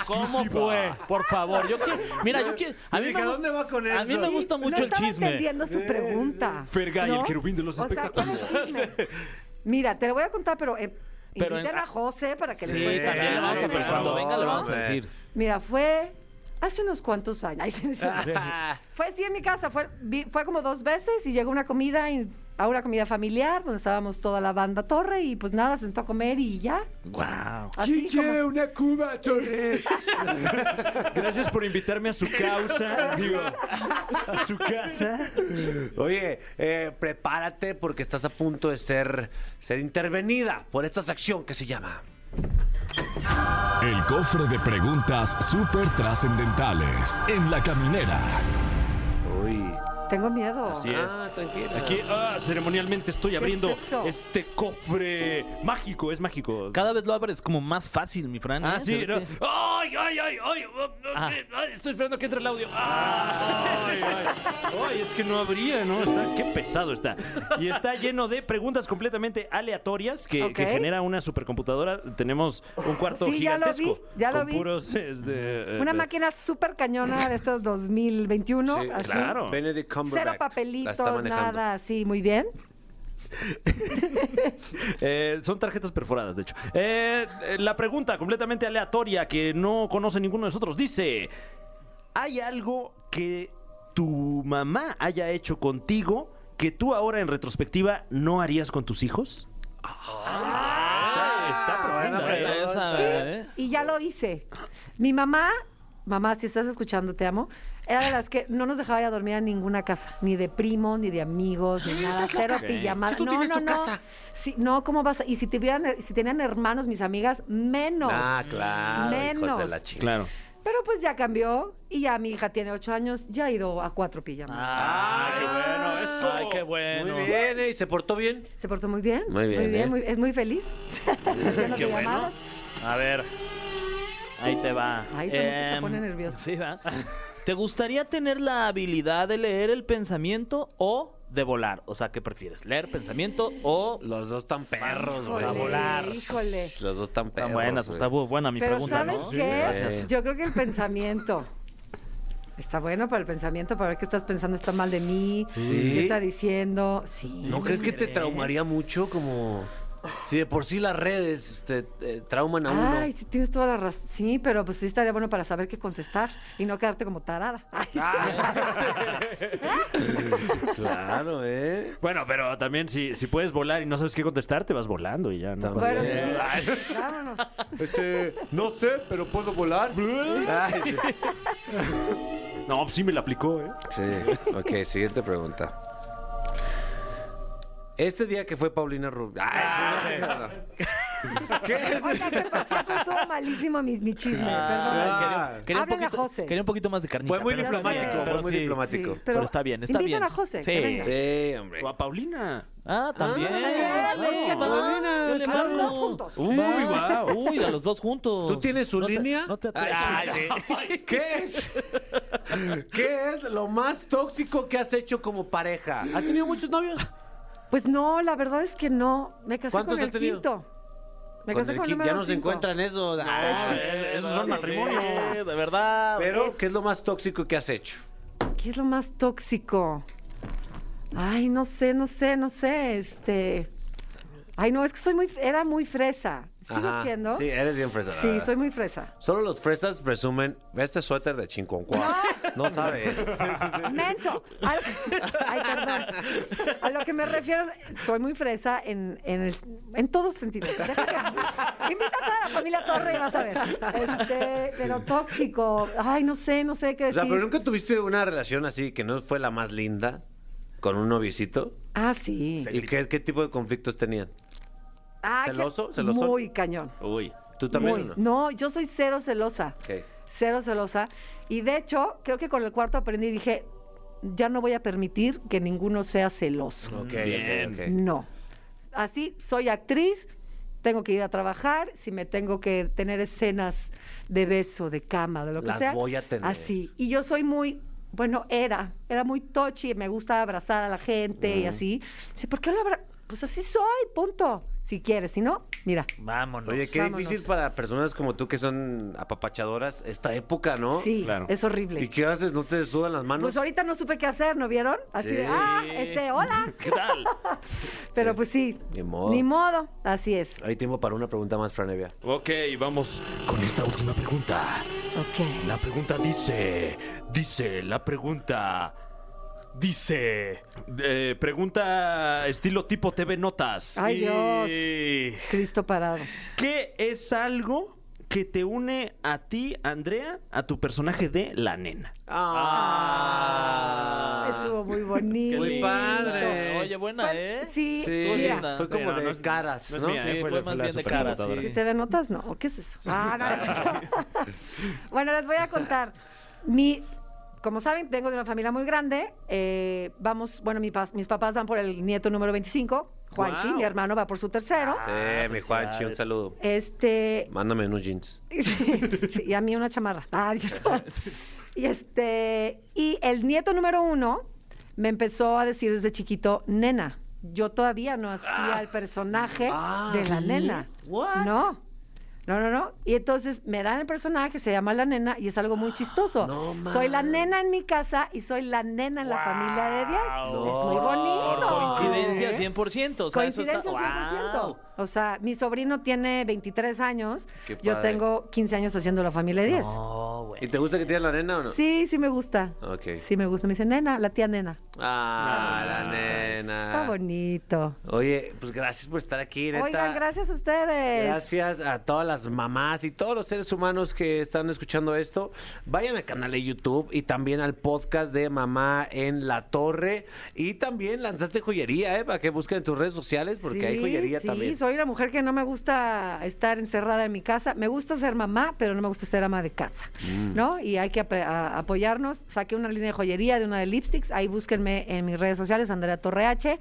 S4: ¿Cómo fue? Por favor, yo que, mira, yo que a mí,
S3: Dije,
S4: me,
S3: ¿a
S4: gu-
S3: dónde va con
S4: a mí
S3: esto?
S4: me gusta mucho
S6: no
S4: el
S6: estaba
S4: chisme.
S6: entendiendo su pregunta.
S2: Fergay,
S6: ¿no?
S2: el querubín de los
S6: O sea, ¿cuál es el
S2: espectáculos.
S6: chisme? Mira, te lo voy a contar, pero, eh,
S4: Pero en-
S6: inviten a José para que
S4: Sí,
S6: le cuente.
S4: también,
S3: Sí,
S4: vamos a-
S3: por
S4: pero cuando
S3: favor,
S4: venga le vamos a
S3: hombre.
S4: decir.
S6: Mira, fue hace unos cuantos años. Ay, sí, sí.
S4: *laughs*
S3: Ah,
S6: fue sí en mi casa, fue, vi- fue como dos veces y llegó una comida, y- a una comida familiar donde estábamos toda la banda Torre y pues nada, sentó a comer y ya.
S4: Wow.
S6: Así como...
S3: una cuba, Torres?
S2: Gracias por invitarme a su causa. Digo, a su casa.
S3: *laughs* Oye, eh, prepárate porque estás a punto de ser, ser intervenida por esta sección que se llama...
S1: El cofre de preguntas súper trascendentales en la caminera.
S3: Uy.
S6: Tengo miedo.
S2: Así es.
S3: Ah, tranquila.
S2: Aquí, ah, ceremonialmente estoy abriendo
S6: es eso?
S2: este cofre mágico, es mágico.
S4: Cada vez lo abres como más fácil, mi Fran.
S2: Ah,
S4: ¿eh? Se
S2: sí,
S4: ve
S2: no.
S4: que-
S2: ¡Ay, ay, ay, ay! oh, oh,
S4: Ah.
S2: eh, ay, Estoy esperando que entre el audio. Ah. ¡Ay, ay! Ay, es que no habría, ¿no? Está- qué pesado está. Y está lleno de preguntas completamente aleatorias que, que
S6: Ok.
S2: genera una supercomputadora. Tenemos un cuarto
S6: Sí, ya lo vi,
S2: gigantesco.
S6: ya lo
S2: con
S6: vi.
S2: puros, este, eh,
S6: Una
S2: eh,
S6: máquina súper cañona de estos 2021.
S3: Sí,
S6: así.
S2: claro.
S3: Benedict Cumberbatch.
S6: Cero
S3: la
S6: papelitos,
S3: está manejando.
S6: nada así. Muy bien.
S2: Eh, son tarjetas perforadas, de hecho. Eh, eh, la pregunta completamente aleatoria que no conoce ninguno de nosotros dice: ¿Hay algo que tu mamá haya hecho contigo que tú ahora en retrospectiva no harías con tus hijos? está, está
S4: Buena
S2: profunda, ¿eh?
S4: esa, ¿eh?
S6: Y ya lo hice. Mi mamá, mamá, si estás escuchando, te amo. Era de las que no nos dejaba ir a dormir a ninguna casa, ni de primos, ni de amigos, ni nada. Cero pijamada.
S3: Si tú
S6: no,
S3: tienes
S6: no,
S3: tu
S6: no.
S3: casa.
S6: Sí, no, ¿cómo vas? a- Y si, tuvieran, si tenían hermanos, mis amigas, menos.
S3: Ah, claro. Hijos de
S6: Menos.
S3: la chica.
S2: Claro.
S6: Pero pues ya cambió y ya mi hija tiene ocho años, ya ha ido a cuatro pijamas.
S4: Ah,
S2: qué bueno eso.
S4: Ay, qué bueno.
S3: Muy bien, ¿eh? ¿Y se portó bien?
S6: Se portó muy bien.
S3: Muy bien, ¿eh?
S6: muy- es muy feliz. *laughs* Qué bueno.
S4: A ver. Ahí te va.
S6: Ay, esa música
S4: Em,
S6: pone nerviosa.
S4: Sí, ¿verdad? ¿Te gustaría tener la habilidad de leer el pensamiento o de volar? O sea, ¿qué prefieres? ¿Leer pensamiento o
S3: Los dos tan perros,
S6: Híjole,
S3: güey.
S6: híjole.
S3: Los dos tan perros.
S4: Tan buena,
S3: güey.
S4: está bu- buena mi
S6: Pero
S4: pregunta,
S6: ¿sabes
S4: ¿no?
S6: qué?
S3: gracias.
S6: Yo creo que el pensamiento. Está bueno para el pensamiento, para ver qué estás pensando, está mal de mí,
S3: Sí.
S6: qué está diciendo. Sí.
S3: ¿No crees que te
S4: crees?
S3: traumaría mucho como... Si de por sí las redes este, eh, trauman a uno.
S6: Ay, sí, tienes toda la razón. Sí, pero pues sí estaría bueno para saber qué contestar y no quedarte como tarada. *laughs* Ay,
S3: *laughs* Claro, ¿eh?
S2: Bueno, pero también si, si puedes volar y no sabes qué contestar, te vas volando y ya. No pasa
S6: bueno,
S2: nada.
S6: sí, sí. Vámonos.
S3: Este, no sé, pero puedo volar. Ay, sí.
S2: No, pues sí me la aplicó, ¿eh?
S3: Sí, ok, siguiente pregunta. Este día que fue Paulina Rubio. Ah, sí, no, no. ¿Qué es?
S6: Oiga, ¿qué pasó? Estuvo malísimo mi, mi chisme, perdón.
S3: Ah,
S4: Quería un,
S6: Háblenle a
S4: poquito,
S6: José.
S4: quería un poquito más de carnita.
S3: Fue muy
S4: pero-
S3: diplomático,
S6: sé.
S3: fue muy
S4: sí.
S3: diplomático.
S6: Sí,
S4: Pero está bien, está
S6: invitan
S4: bien.
S6: a José.
S4: Sí.
S6: que venga.
S3: Sí, hombre.
S2: O a Paulina.
S4: Ah, también.
S6: Ah,
S4: Órale,
S6: ah,
S4: va, yo le
S6: ah,
S4: marco.
S6: los dos juntos.
S2: Uy, guau.
S4: Uy, a los dos juntos.
S3: ¿Tú tienes su
S4: No te-
S3: línea?
S4: no te atre-
S3: Ay, sí.
S4: Ay, sí.
S3: ¿Qué es? ¿Qué es lo más tóxico que has hecho como pareja? ¿Has tenido muchos novios?
S6: Pues no, la verdad es que no. Me casé
S3: ¿Cuántos
S6: con el
S3: has tenido?
S6: quinto. Me
S3: Con
S6: casé
S3: el
S6: con el
S3: Kim, ya
S6: número
S3: no se
S6: cinco.
S3: encuentran eso.
S2: Ah,
S3: Ah,
S2: eh, esos son matrimonios.
S4: Eh, De verdad.
S3: Pero, ¿qué es lo más tóxico que has hecho?
S6: ¿Qué es lo más tóxico? Ay, no sé, no sé, no sé. Este. Ay, no, es que soy muy. Era muy fresa. ¿Sigo
S3: Ajá.
S6: siendo?
S3: Sí, eres bien fresada.
S6: Sí, soy muy fresa.
S3: Solo los fresas presumen, ve este suéter de chinconcuá. No *laughs* sabe.
S6: ¡Menso! Ay, ay, perdón. A lo que me refiero, soy muy fresa en, en, el- en todos sentidos. Deja que- Invita a toda la familia Torre y vas a ver. Este, pero tóxico. Ay, no sé, no sé qué
S3: O
S6: decir.
S3: sea, pero nunca tuviste una relación así que no fue la más linda con un noviecito.
S6: Ah, sí.
S3: ¿Y qué, qué tipo de conflictos tenían?
S6: Ah, que-
S3: ¿Celoso? ¿Celoso?
S6: Muy cañón.
S2: Uy.
S3: ¿Tú también?
S6: Muy.
S3: o
S6: No?
S3: no?
S6: yo soy cero celosa.
S3: Ok.
S6: Cero celosa. Y de hecho, creo que con el cuarto aprendí y dije, ya no voy a permitir que ninguno sea celoso.
S3: Ok, ok,
S2: Bien.
S3: ok.
S6: No. Así, soy actriz, tengo que ir a trabajar, si me tengo que tener escenas de beso, de cama, de lo que
S3: Las
S6: sea.
S3: voy a tener.
S6: Así. Y yo soy muy, bueno, era, era muy tochi, me gusta abrazar a la gente
S3: Mm.
S6: y así. Dice, ¿por qué lo abra-?" Pues así soy, punto. Si quieres, si no, mira.
S4: Vámonos.
S3: Oye, qué
S6: Vámonos.
S3: difícil para personas como tú que son apapachadoras esta época, ¿no?
S6: Sí,
S2: Claro.
S6: es horrible.
S3: ¿Y qué haces? ¿No te sudan las manos?
S6: Pues ahorita no supe qué hacer, ¿no vieron? Así de,
S3: Sí.
S6: ah, este, hola.
S2: ¿Qué tal?
S6: Pero pues sí.
S3: Ni modo.
S6: Ni modo, así es.
S3: Hay tiempo para una pregunta más, Franevia.
S2: Ok, vamos con esta última pregunta.
S6: Ok.
S2: La pregunta dice, dice, la pregunta dice, eh, pregunta estilo tipo TV Notas.
S6: Ay,
S2: Y-
S6: Dios. Cristo parado.
S2: ¿Qué es algo que te une a ti, Andrea, a tu personaje de la nena. Ah,
S3: Ah.
S6: Estuvo
S3: *laughs*
S6: muy bonito.
S3: Muy lindo. padre.
S4: Oye, buena,
S6: Pues,
S4: ¿eh?
S6: Sí,
S3: Sí,
S6: mira.
S4: linda.
S3: fue como
S2: Pero
S3: de
S2: no es-
S3: caras,
S2: no es
S3: ¿no?
S2: mía,
S4: Sí,
S2: fue
S4: fue,
S2: la-
S4: más
S2: la
S4: bien de cara.
S2: supercomputadora.
S4: sí.
S6: Si te ve notas, no. ¿Qué es eso? Ah, no,
S3: *laughs*
S6: no. *laughs* bueno, les voy a contar. Mi, como saben, vengo de una familia muy grande. eh, vamos, bueno, mi pas- mis papás van por el nieto número 25. Juanchi,
S2: Guau.
S6: mi hermano, va por su tercero.
S4: Ah,
S3: Sí, Eh, mi Juanchi, un saludo.
S6: Este,
S3: Mándame unos jeans.
S6: *laughs* y a mí una chamarra. *laughs* Ah,
S4: *laughs*
S6: es cierto. Y este, y el nieto número uno me empezó a decir desde chiquito, nena. Yo todavía no hacía el personaje de la nena.
S4: Ah. What?
S6: No. No, no, no. Y entonces me dan el personaje, se llama la nena y es algo muy chistoso.
S3: No,
S6: soy la nena en mi casa y soy la nena en la familia de 10. es muy bonito.
S4: Por coincidencia,
S6: ¿Eh?
S4: 100%. O sea,
S6: Coincidencia
S4: eso está...
S6: 100%.
S4: ¡Wow!
S6: O sea, mi sobrino tiene 23 años.
S3: Qué
S6: Yo
S3: padre.
S6: tengo 15 años haciendo la familia de 10.
S4: No,
S3: ¿Y
S4: güey.
S3: te gusta que tienes la nena o no?
S6: Sí, sí me gusta.
S3: Ok.
S6: Sí me gusta. Me dice, nena, la tía nena.
S3: Ah, la nena.
S6: Está bonito.
S3: Oye, pues gracias por estar aquí, neta.
S6: Oigan, gracias a ustedes.
S3: Gracias a todas las mamás y todos los seres humanos que están escuchando esto. Vayan al canal de YouTube y también al podcast de Mamá en la Torre. Y también lanzaste joyería, ¿eh? Para que busquen en tus redes sociales, porque hay
S6: Sí,
S3: joyería
S6: sí,
S3: también.
S6: soy una mujer que no me gusta estar encerrada en mi casa. Me gusta ser mamá, pero no me gusta ser ama de casa,
S3: Mm.
S6: ¿no? Y hay que apre- a- apoyarnos. Saqué una línea de joyería, de una de lipsticks. Ahí búsquenme en mis redes sociales, Andrea Torre H.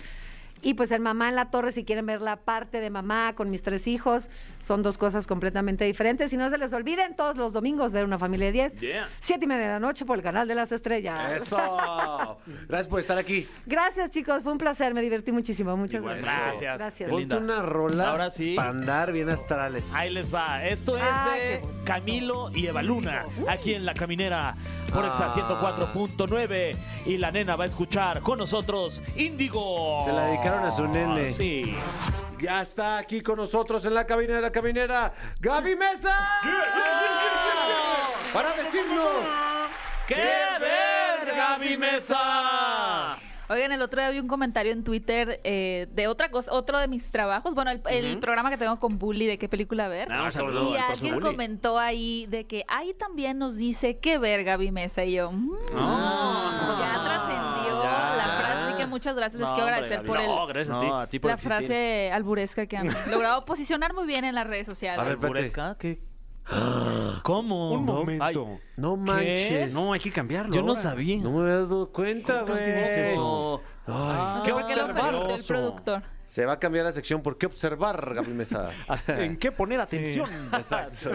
S6: Y pues en Mamá en la Torre, si quieren ver la parte de mamá con mis tres hijos, son dos cosas completamente diferentes. Y no se les olviden todos los domingos ver una familia de 10.
S2: Yeah.
S6: Siete y media de la noche por el canal de las estrellas.
S3: Eso. Gracias por estar aquí.
S6: Gracias, chicos. Fue un placer. Me divertí muchísimo. Muchas
S3: Igual,
S6: gracias.
S4: gracias.
S6: Gracias.
S4: Qué
S3: Ponte
S4: linda.
S3: una rola
S4: Ahora sí.
S3: para andar bien astrales.
S4: Ahí les va. Esto es
S6: Ah,
S4: de
S6: qué bonito.
S4: Camilo y Evaluna. Aquí en La Caminera por Exa
S3: Ah.
S4: 104.9. Y la nena va a escuchar con nosotros Índigo.
S3: Se la dedicaron a su nene.
S4: Sí.
S3: Ya está aquí con nosotros en la cabina de la caminera, Gaby Mesa. Para decirnos.
S4: ¡Qué verga, mi mesa!
S7: Oigan, el otro día vi un comentario en Twitter eh, de otra cosa, otro de mis trabajos, bueno, el, el programa que tengo con Bully de qué película ver.
S2: Ah, un saludo
S7: y
S2: al Paso
S7: alguien
S2: Bully.
S7: comentó ahí de que ahí también nos dice qué verga mi mesa y yo. mm, Ya trascendió
S4: Ya.
S7: la frase, así que muchas gracias, les
S4: No,
S7: quiero
S4: hombre,
S7: agradecer
S4: Gaby.
S7: por el-
S2: No, gracias a ti.
S4: No, Oh, a ti por
S7: la
S4: existir.
S7: frase alburesca que han logrado posicionar muy bien en las redes sociales.
S3: A ver, espérate.
S4: ¿Fresca?
S3: *gasps*
S4: ¿Qué? ¿Cómo?
S2: Un
S4: No,
S2: momento.
S4: ay,
S3: No manches.
S2: No, hay que cambiarlo.
S4: yo no
S2: ahora.
S4: sabía.
S3: No me había dado cuenta, güey.
S4: eso?
S3: Ay,
S7: No sé
S3: ¿Qué
S7: Ah, por qué lo
S3: observar?
S7: permitió el productor.
S3: Se va a cambiar la sección por qué observar, Gaby
S2: *laughs*
S3: Mesa.
S2: ¿En qué poner atención?
S3: Exacto.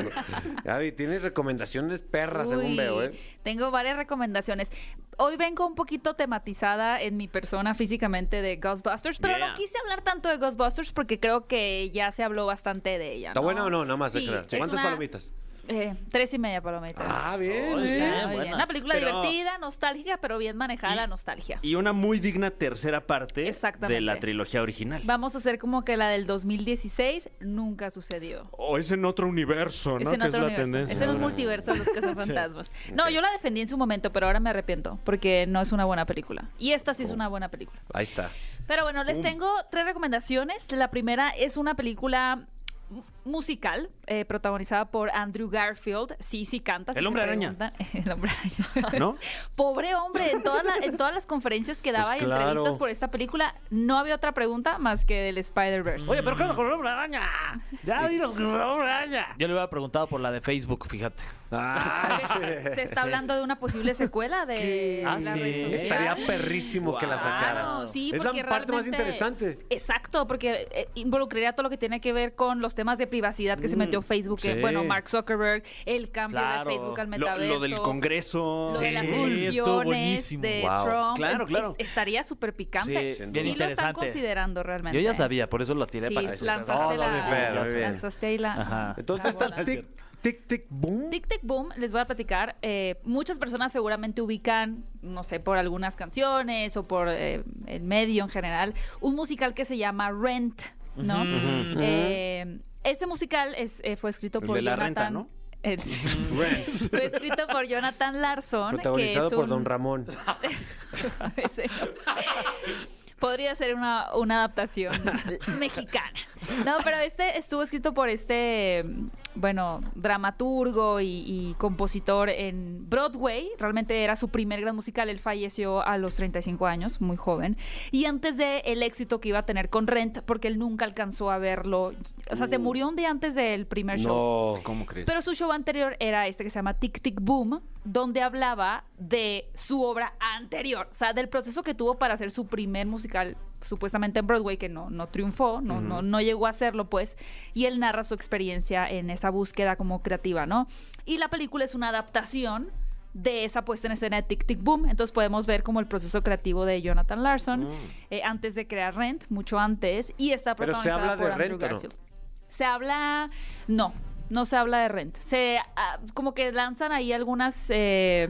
S3: Gaby, tienes recomendaciones perras, según
S7: Uy,
S3: veo, ¿eh?
S7: Tengo varias recomendaciones. Hoy vengo un poquito tematizada en mi persona físicamente de Ghostbusters, pero
S2: Yeah.
S7: no quise hablar tanto de Ghostbusters porque creo que ya se habló bastante de ella.
S3: ¿Está
S7: ¿no?
S3: buena o no? Nada más de
S7: Sí,
S3: creer.
S7: es
S3: ¿Cuántas
S7: una-
S3: palomitas?
S7: Eh, tres y media palomitas.
S3: Ah, bien,
S7: O sea,
S3: ¿eh?
S7: muy bien.
S4: buena.
S7: Una película
S2: Pero-
S7: divertida, nostálgica, pero bien manejada la nostalgia.
S2: Y una muy digna tercera parte
S7: Exactamente.
S2: de la trilogía original.
S7: Vamos a hacer como que la del 2016 nunca sucedió.
S2: O es en otro universo,
S7: Es en otro universo. Es en un multiverso
S2: *laughs*
S7: los cazafantasmas. No, yo la defendí en su momento, pero ahora me arrepiento porque no es una buena película. Y esta
S2: Oh.
S7: sí es una buena película.
S3: Ahí está.
S7: Pero bueno, les tengo tres recomendaciones. La primera es una película mu- musical eh, protagonizada por Andrew Garfield. Sí, sí canta. si
S2: El
S7: se
S2: hombre araña.
S7: preguntan. *laughs* El hombre araña.
S2: ¿No?
S7: *laughs* Pobre hombre, en, todas la- en todas las conferencias que daba
S3: Pues
S7: y
S3: claro.
S7: entrevistas por esta película, no había otra pregunta más que del Spider-Verse.
S2: Oye, pero ¿qué onda con el hombre araña? Ya dinos con el hombre araña.
S4: Yo le hubiera preguntado por la de Facebook, fíjate.
S3: Ah,
S7: *laughs* Se está hablando de una posible secuela de
S4: Ah,
S7: la
S4: sí.
S7: red social.
S3: Estaría perrísimo que la sacaran.
S7: Claro, sí,
S3: es la
S7: porque
S3: parte más
S7: realmente-
S3: interesante.
S7: Exacto, porque eh, involucraría todo lo que tiene que ver con los temas de privacidad que se metió Facebook, que,
S3: sí.
S7: bueno, Mark Zuckerberg, el cambio
S4: Claro.
S7: de Facebook al
S2: Lo-
S7: metaverso.
S2: Lo, del Congreso.
S7: lo de las
S4: Sí, estuvo
S7: elecciones
S4: buenísimo.
S7: de
S3: Wow.
S7: Trump.
S2: Claro,
S7: Es-
S2: claro.
S7: estaría súper picante.
S4: Sí,
S7: Sí,
S4: bien
S7: lo están
S4: interesante.
S7: considerando realmente.
S4: Yo ya sabía, por eso la tiré
S7: Sí,
S4: para que
S7: lanzaste
S3: Todo mi
S7: la...
S3: fer, Oh, muy bien.
S7: Lanzaste ahí la...
S4: Ajá.
S3: Entonces
S7: la
S3: está
S7: bola.
S3: tic, tic, tic, boom.
S7: Tic Tic Boom, les voy a platicar. eh, muchas personas seguramente ubican, no sé, por algunas canciones o por eh, el medio en general, un musical que se llama Rent, ¿no? Eh, este musical es, eh, fue escrito
S2: El
S7: por
S2: de la
S7: Jonathan.
S2: renta, ¿no?
S7: *laughs* eh, *laughs* fue escrito por Jonathan Larson. que
S3: Protagonizado
S7: es
S3: por
S7: un-
S3: Don Ramón.
S7: *laughs* Ese no. Podría ser una, una adaptación mexicana. No, pero este estuvo escrito por este, bueno, dramaturgo y, y compositor en Broadway. Realmente era su primer gran musical. Él falleció a los 35 años, muy joven. Y antes de el éxito que iba a tener con Rent, porque él nunca alcanzó a verlo. O sea, se murió un día antes del primer show.
S3: No, ¿cómo crees?
S7: Pero su show anterior era este que se llama Tic Tic Boom, donde hablaba de su obra anterior, o sea, del proceso que tuvo para hacer su primer musical supuestamente en Broadway, que no, no triunfó, no, no, no llegó a hacerlo, pues, y él narra su experiencia en esa búsqueda como creativa, ¿no? Y la película es una adaptación de esa puesta en escena de Tic Tic Boom, entonces podemos ver como el proceso creativo de Jonathan Larson eh, antes de crear Rent, mucho antes, y está
S3: Mm. Pero se
S7: protagonizada
S3: habla de
S7: por Andrew
S3: Rent, ¿o no?
S7: Garfield. Se habla. No, no se habla de rent. Se ah, como que lanzan ahí algunas. eh,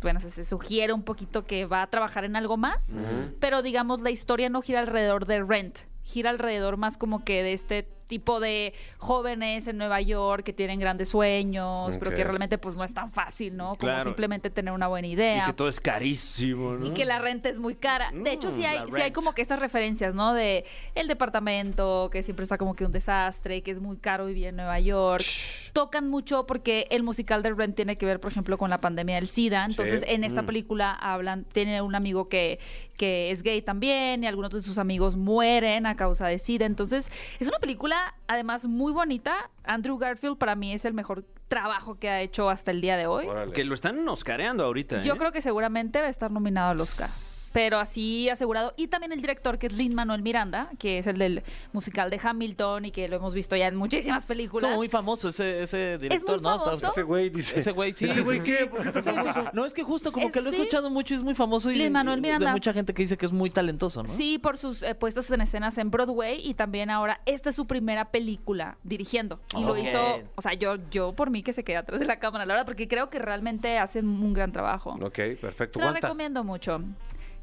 S7: bueno, se, se sugiere un poquito que va a trabajar en algo más, pero digamos la historia no gira alrededor de rent, gira alrededor más como que de este tipo de jóvenes en Nueva York que tienen grandes sueños, pero que
S3: Ok.
S7: realmente pues no es tan fácil, ¿no? Como
S2: Claro.
S7: simplemente tener una buena
S2: Y
S7: idea.
S2: que todo es carísimo, ¿no? Mm,
S7: Y que la renta es muy cara. De hecho, sí hay,
S2: la
S7: sí hay
S2: rent.
S7: como que estas referencias, ¿no? De el departamento, que siempre está como que un desastre, que es muy caro vivir en Nueva York. Tocan mucho porque el musical de Rent tiene que ver, por ejemplo, con la pandemia del SIDA. Entonces, en
S2: Mm.
S7: esta película hablan, tiene un amigo que, que es gay también, y algunos de sus amigos mueren a causa de SIDA. Entonces, es una película, además, muy bonita. Andrew Garfield para mí es el mejor trabajo que ha hecho hasta el día de hoy.
S2: Que lo están oscareando ahorita.
S7: Yo
S2: ¿eh?
S7: creo que seguramente va a estar nominado al Oscar. Pero así asegurado. Y también el director, que es Lin Manuel Miranda, que es el del musical de Hamilton y que lo hemos visto ya en muchísimas películas.
S4: Como muy famoso ese, ese director, ¿no? Está-
S7: famoso.
S3: Ese güey dice.
S4: Ese güey, sí.
S3: ¿Ese güey
S4: sí,
S3: qué?
S4: sí.
S3: ¿Por qué tan famoso?
S4: No, es que justo como
S7: Eh,
S4: que lo he
S7: sí.
S4: escuchado mucho y es muy famoso y
S7: Luis Manuel
S4: de-
S7: Miranda.
S4: de mucha gente que dice que es muy talentoso, ¿no?
S7: Sí, por sus eh, puestas en escenas en Broadway y también ahora esta es su primera película dirigiendo. Y lo
S4: Ok.
S7: hizo, o sea, yo, yo por mí que se quede atrás de la cámara, la verdad, porque creo que realmente hacen un gran trabajo.
S3: Ok, *laughs* perfecto.
S7: Se la
S3: ¿Cuántas?
S7: recomiendo mucho.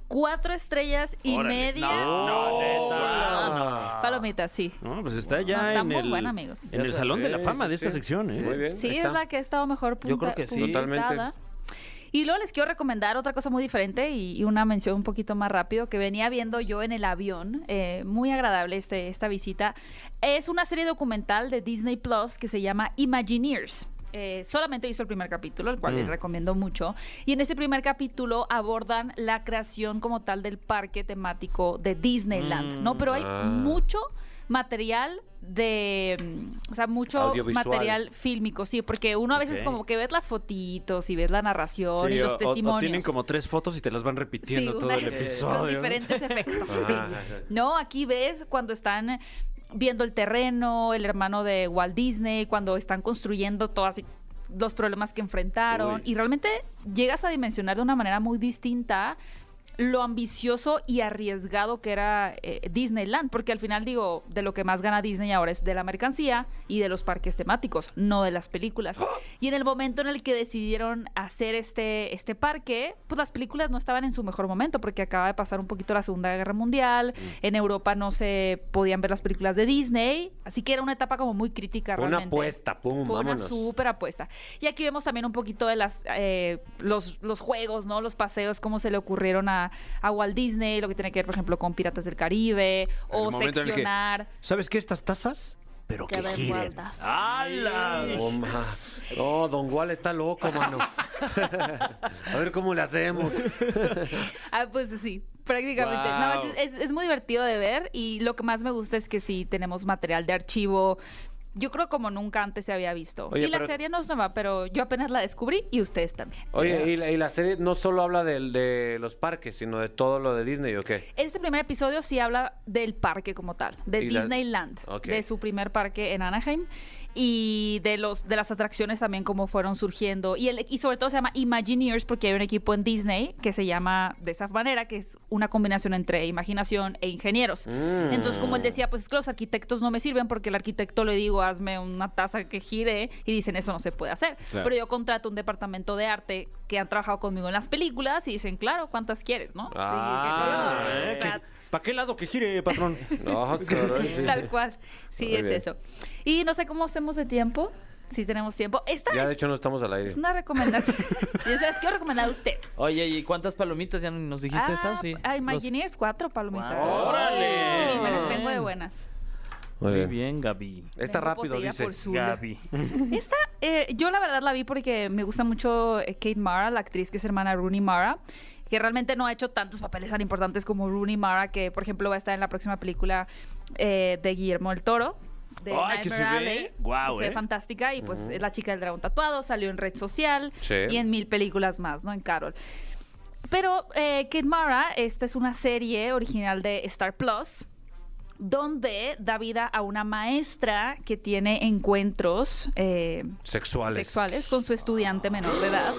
S7: Cuatro estrellas y media.
S2: Oh, No, neta.
S3: Ah,
S7: Palomitas, sí.
S2: No, pues está ya
S7: No, está
S2: en
S7: muy
S2: el,
S7: buena, amigos.
S2: En el
S3: Sí,
S2: Salón de la
S3: sí,
S2: Fama de
S3: sí,
S2: esta
S3: sí.
S2: sección, ¿eh?
S3: Muy bien.
S7: Sí,
S3: ahí
S7: es
S3: está.
S7: la que ha estado mejor punta,
S4: Yo creo que sí.
S7: puntada.
S3: Totalmente.
S7: Y luego les quiero recomendar otra cosa muy diferente y, y una mención un poquito más rápido que venía viendo yo en el avión. Eh, muy agradable este, esta visita. Es una serie documental de Disney Plus que se llama Imagineers. Eh, solamente hizo el primer capítulo, el cual les recomiendo mucho. Y en ese primer capítulo abordan la creación como tal del parque temático de Disneyland, ¿no? Pero hay
S3: Ah.
S7: mucho material de, mm, o sea, mucho
S3: Audiovisual.
S7: material fílmico, sí, porque uno a veces
S2: Ok.
S7: como que ves las fotitos y ves la narración
S2: Sí,
S7: y
S2: o-
S7: los
S2: o-
S7: testimonios.
S2: O tienen como tres fotos y te las van
S7: Sí,
S2: repitiendo todo
S7: una-
S2: el
S7: Con
S2: episodio.
S7: diferentes efectos. sí.
S3: Ah,
S7: No, aquí ves cuando están viendo el terreno, el hermano de Walt Disney, cuando están construyendo todo así los problemas que enfrentaron y realmente llegas a dimensionar de una manera muy distinta lo ambicioso y arriesgado que era eh, Disneyland, porque al final digo, de lo que más gana Disney ahora es de la mercancía y de los parques temáticos, no de
S3: *gasps*
S7: las películas. Y en el momento en el que decidieron hacer este, este parque, pues las películas no estaban en su mejor momento, porque acaba de pasar un poquito la Segunda Guerra Mundial,
S3: Mm.
S7: en Europa no se podían ver las películas de Disney, así que era una etapa como muy crítica.
S3: Fue una
S7: realmente.
S3: apuesta,
S2: Mm,
S3: pum,
S7: Fue una
S3: vámonos.
S7: súper apuesta. Y aquí vemos también un poquito de las eh, los, los juegos, ¿no? Los paseos, cómo se le ocurrieron a, a Walt Disney, lo que tiene que ver, por ejemplo, con Piratas del Caribe, o
S2: momento en el que-
S7: seccionar.
S2: ¿Sabes qué? Estas tazas, pero
S7: Que
S2: que,
S7: a ver,
S2: giren.
S7: guardas.
S2: ¡Hala!
S3: No, ma. No, Don Wal está loco, mano. A ver cómo le hacemos.
S7: Ah, pues sí, prácticamente. No,
S2: Wow.
S7: es, es- es muy divertido de ver y lo que más me gusta es que sí tenemos material de archivo. Yo creo como nunca antes se había visto.
S3: Oye,
S7: y la
S3: pero-
S7: serie no es nueva, pero yo apenas la descubrí y ustedes también.
S3: Oye, y la, y la serie no solo habla del- de, los parques, sino de todo lo de Disney, ¿o qué?
S7: Este primer episodio sí habla del parque como tal, de
S3: Y la-
S7: Disneyland,
S3: Ok.
S7: de su primer parque en Anaheim y de los de las atracciones también cómo fueron surgiendo y el, y sobre todo se llama Imagineers porque hay un equipo en Disney que se llama de esa manera que es una combinación entre imaginación e ingenieros.
S3: Mm.
S7: Entonces como él decía, pues es que los arquitectos no me sirven porque el arquitecto le digo, hazme una taza que gire y dicen, eso no se puede hacer.
S2: Claro.
S7: Pero yo contrato un departamento de arte que han trabajado conmigo en las películas y dicen, claro, ¿cuántas quieres, no?
S3: Ah,
S7: Sí,
S3: eh,
S7: o sea,
S2: ¿Para qué lado que gire, patrón?
S3: *laughs* No, caray, sí.
S7: Tal cual. Sí,
S3: Muy
S7: es
S3: bien.
S7: eso. Y no sé cómo estemos de tiempo. Si tenemos tiempo. Esta
S3: Ya,
S7: es,
S3: de hecho, no estamos al aire.
S7: es una recomendación. *laughs* Yo se las quiero recomendar a ustedes.
S4: Oye, ¿y cuántas palomitas ya nos dijiste?
S7: Ah,
S4: Estau? Sí.
S7: ah,
S4: Los-
S7: Imagineers, cuatro palomitas.
S4: Wow. ¡Órale!
S7: Sí, me las vengo de buenas.
S3: Muy
S4: Muy
S3: bien.
S4: bien, Gaby.
S3: Está
S7: Vengo
S3: rápido,
S7: poseída
S3: dice.
S7: por Zulu.
S4: Gaby.
S7: *laughs* Esta, eh, yo la verdad la vi porque me gusta mucho eh, Kate Mara, la actriz que es hermana de Rooney Mara, que realmente no ha hecho tantos papeles tan importantes como Rooney Mara, que por ejemplo va a estar en la próxima película eh, de Guillermo del Toro. De
S2: Ay, que se
S7: Nightmare
S2: ve
S7: Alley,
S2: guau,
S7: que se ve
S2: eh.
S7: fantástica y pues es la chica del dragón tatuado, salió en Red Social
S3: Sí.
S7: y en mil películas más, ¿no? En Carol. Pero eh, Kate Mara, esta es una serie original de Star Plus donde da vida a una maestra que tiene encuentros eh,
S3: Sexuales.
S7: sexuales con su estudiante menor de edad.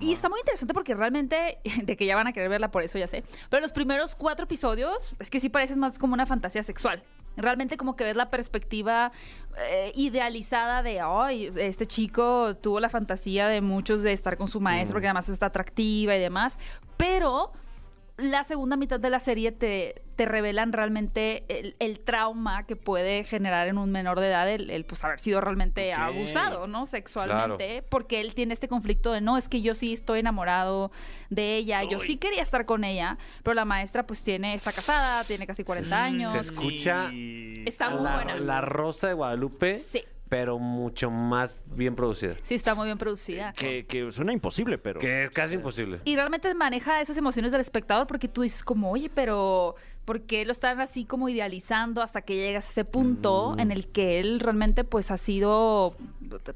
S7: Y está muy interesante porque realmente, *laughs* de que ya van a querer verla por eso ya sé, pero los primeros cuatro episodios es que sí parecen más como una fantasía sexual. Realmente como que ves la perspectiva eh, idealizada de, ay, este chico tuvo la fantasía de muchos de estar con su maestro, porque además está atractiva y demás, pero la segunda mitad de la serie te, te revelan realmente el, el trauma que puede generar en un menor de edad el, el, pues haber sido realmente
S3: Ok.
S7: abusado, ¿no? Sexualmente, porque él tiene este conflicto de no, es que yo sí estoy enamorado de ella, yo sí quería estar con ella, pero la maestra pues tiene, está casada, tiene casi 40 años.
S3: Se escucha
S7: Está muy
S3: la,
S7: buena.
S3: la Rosa de Guadalupe,
S7: Sí.
S3: pero mucho más bien producida.
S7: Sí, está muy bien producida.
S2: Que, que suena imposible, pero.
S3: Que es casi imposible.
S7: Y realmente maneja esas emociones del espectador porque tú dices como, oye, pero ¿por qué lo están así como idealizando hasta que llegas a ese
S4: Mm.
S7: punto en el que él realmente pues ha sido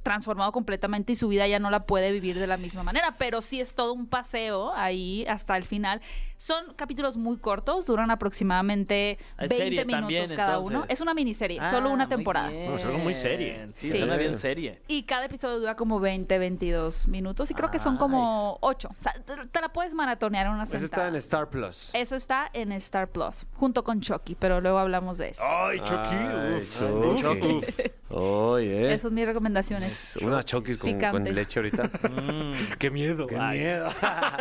S7: transformado completamente y su vida ya no la puede vivir de la misma manera? Pero sí es todo un paseo ahí hasta el final. Son capítulos muy cortos, duran aproximadamente
S4: Es
S7: 20
S4: serie
S7: minutos
S4: también,
S7: cada
S4: entonces.
S7: uno. Es una miniserie,
S4: Ah,
S7: solo una
S4: muy
S7: temporada.
S4: bien.
S2: No, es algo muy serie.
S4: Sí,
S7: Sí.
S4: suena bien serie.
S7: Y cada episodio dura como 20, 22 minutos y creo que son como 8. O sea, te, te la puedes maratonear en una
S3: Eso
S7: sentada.
S3: Pues está en Star Plus.
S7: Eso está en Star Plus, junto con Chucky, pero luego hablamos de eso.
S2: Ay, Chucky.
S3: Ay,
S2: uf,
S3: Ah, Chucky.
S2: Chucky. Uf.
S3: Oye.
S7: Esas son mis recomendaciones.
S3: Unas choquis con, con
S7: Picantes.
S3: leche ahorita.
S7: *laughs* Mm.
S2: Qué miedo.
S3: Qué
S2: Ay.
S3: miedo.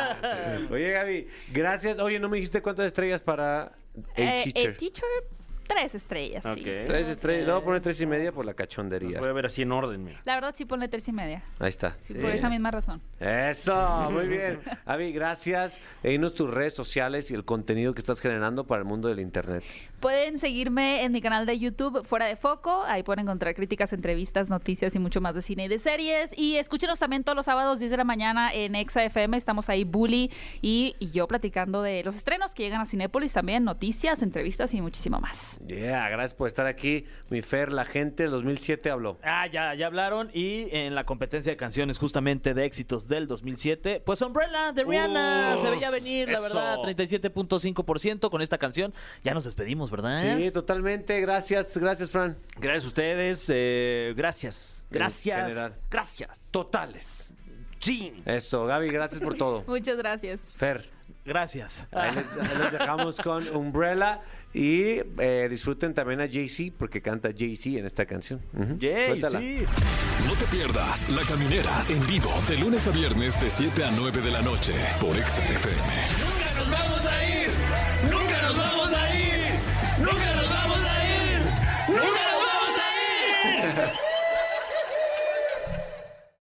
S7: *laughs*
S3: Oye, Gaby, gracias. Oye, no me dijiste cuántas estrellas para A
S7: Eh,
S3: Teacher.
S7: el teacher, tres estrellas. sí,
S2: Ok.
S7: sí,
S3: Tres
S7: sí,
S3: estrellas.
S7: sí.
S3: Le voy a poner tres y media por la cachondería.
S2: ¿Eh? Voy a ver así en orden, mira.
S7: La verdad, sí, ponle tres y media.
S3: Ahí está.
S7: Sí, Por esa misma razón.
S3: Eso, muy
S7: *laughs*
S3: bien. Avi, gracias. E dinos tus redes sociales y el contenido que estás generando para el mundo del internet.
S7: Pueden seguirme en mi canal de YouTube Fuera de Foco. Ahí pueden encontrar críticas, entrevistas, noticias y mucho más de cine y de series. Y escúchenos también todos los sábados 10 de la mañana en Exa FM. Estamos ahí Bully y, y yo platicando de los estrenos que llegan a Cinépolis también, noticias, entrevistas y muchísimo más.
S3: Yeah, gracias por estar aquí. Mi Fer, la gente del 2007 habló.
S4: Ah, ya, ya hablaron. Y en la competencia de canciones justamente de éxitos del 2007, pues Umbrella de Rihanna
S2: Uf,
S4: se veía venir, la
S2: eso.
S4: verdad. 37.5% con esta canción. Ya nos despedimos,
S7: ¿Eh?
S4: ¿verdad?
S3: Sí, totalmente. Gracias, gracias, Fran.
S2: Gracias a ustedes. eh, gracias. Gracias.
S3: general.
S2: Gracias.
S3: Totales.
S2: Sí.
S3: Eso, Gaby, gracias por todo.
S7: Muchas gracias.
S3: Fer,
S4: Gracias.
S3: ahí les, ahí les dejamos con Umbrella y eh, disfruten también a Jay-Z porque canta Jay-Z en esta canción. Ujú.
S4: Yay,
S3: Suéltala.
S4: sí.
S1: No te pierdas La Caminera en vivo de lunes a viernes de 7 a 9 de la noche por Exa FM.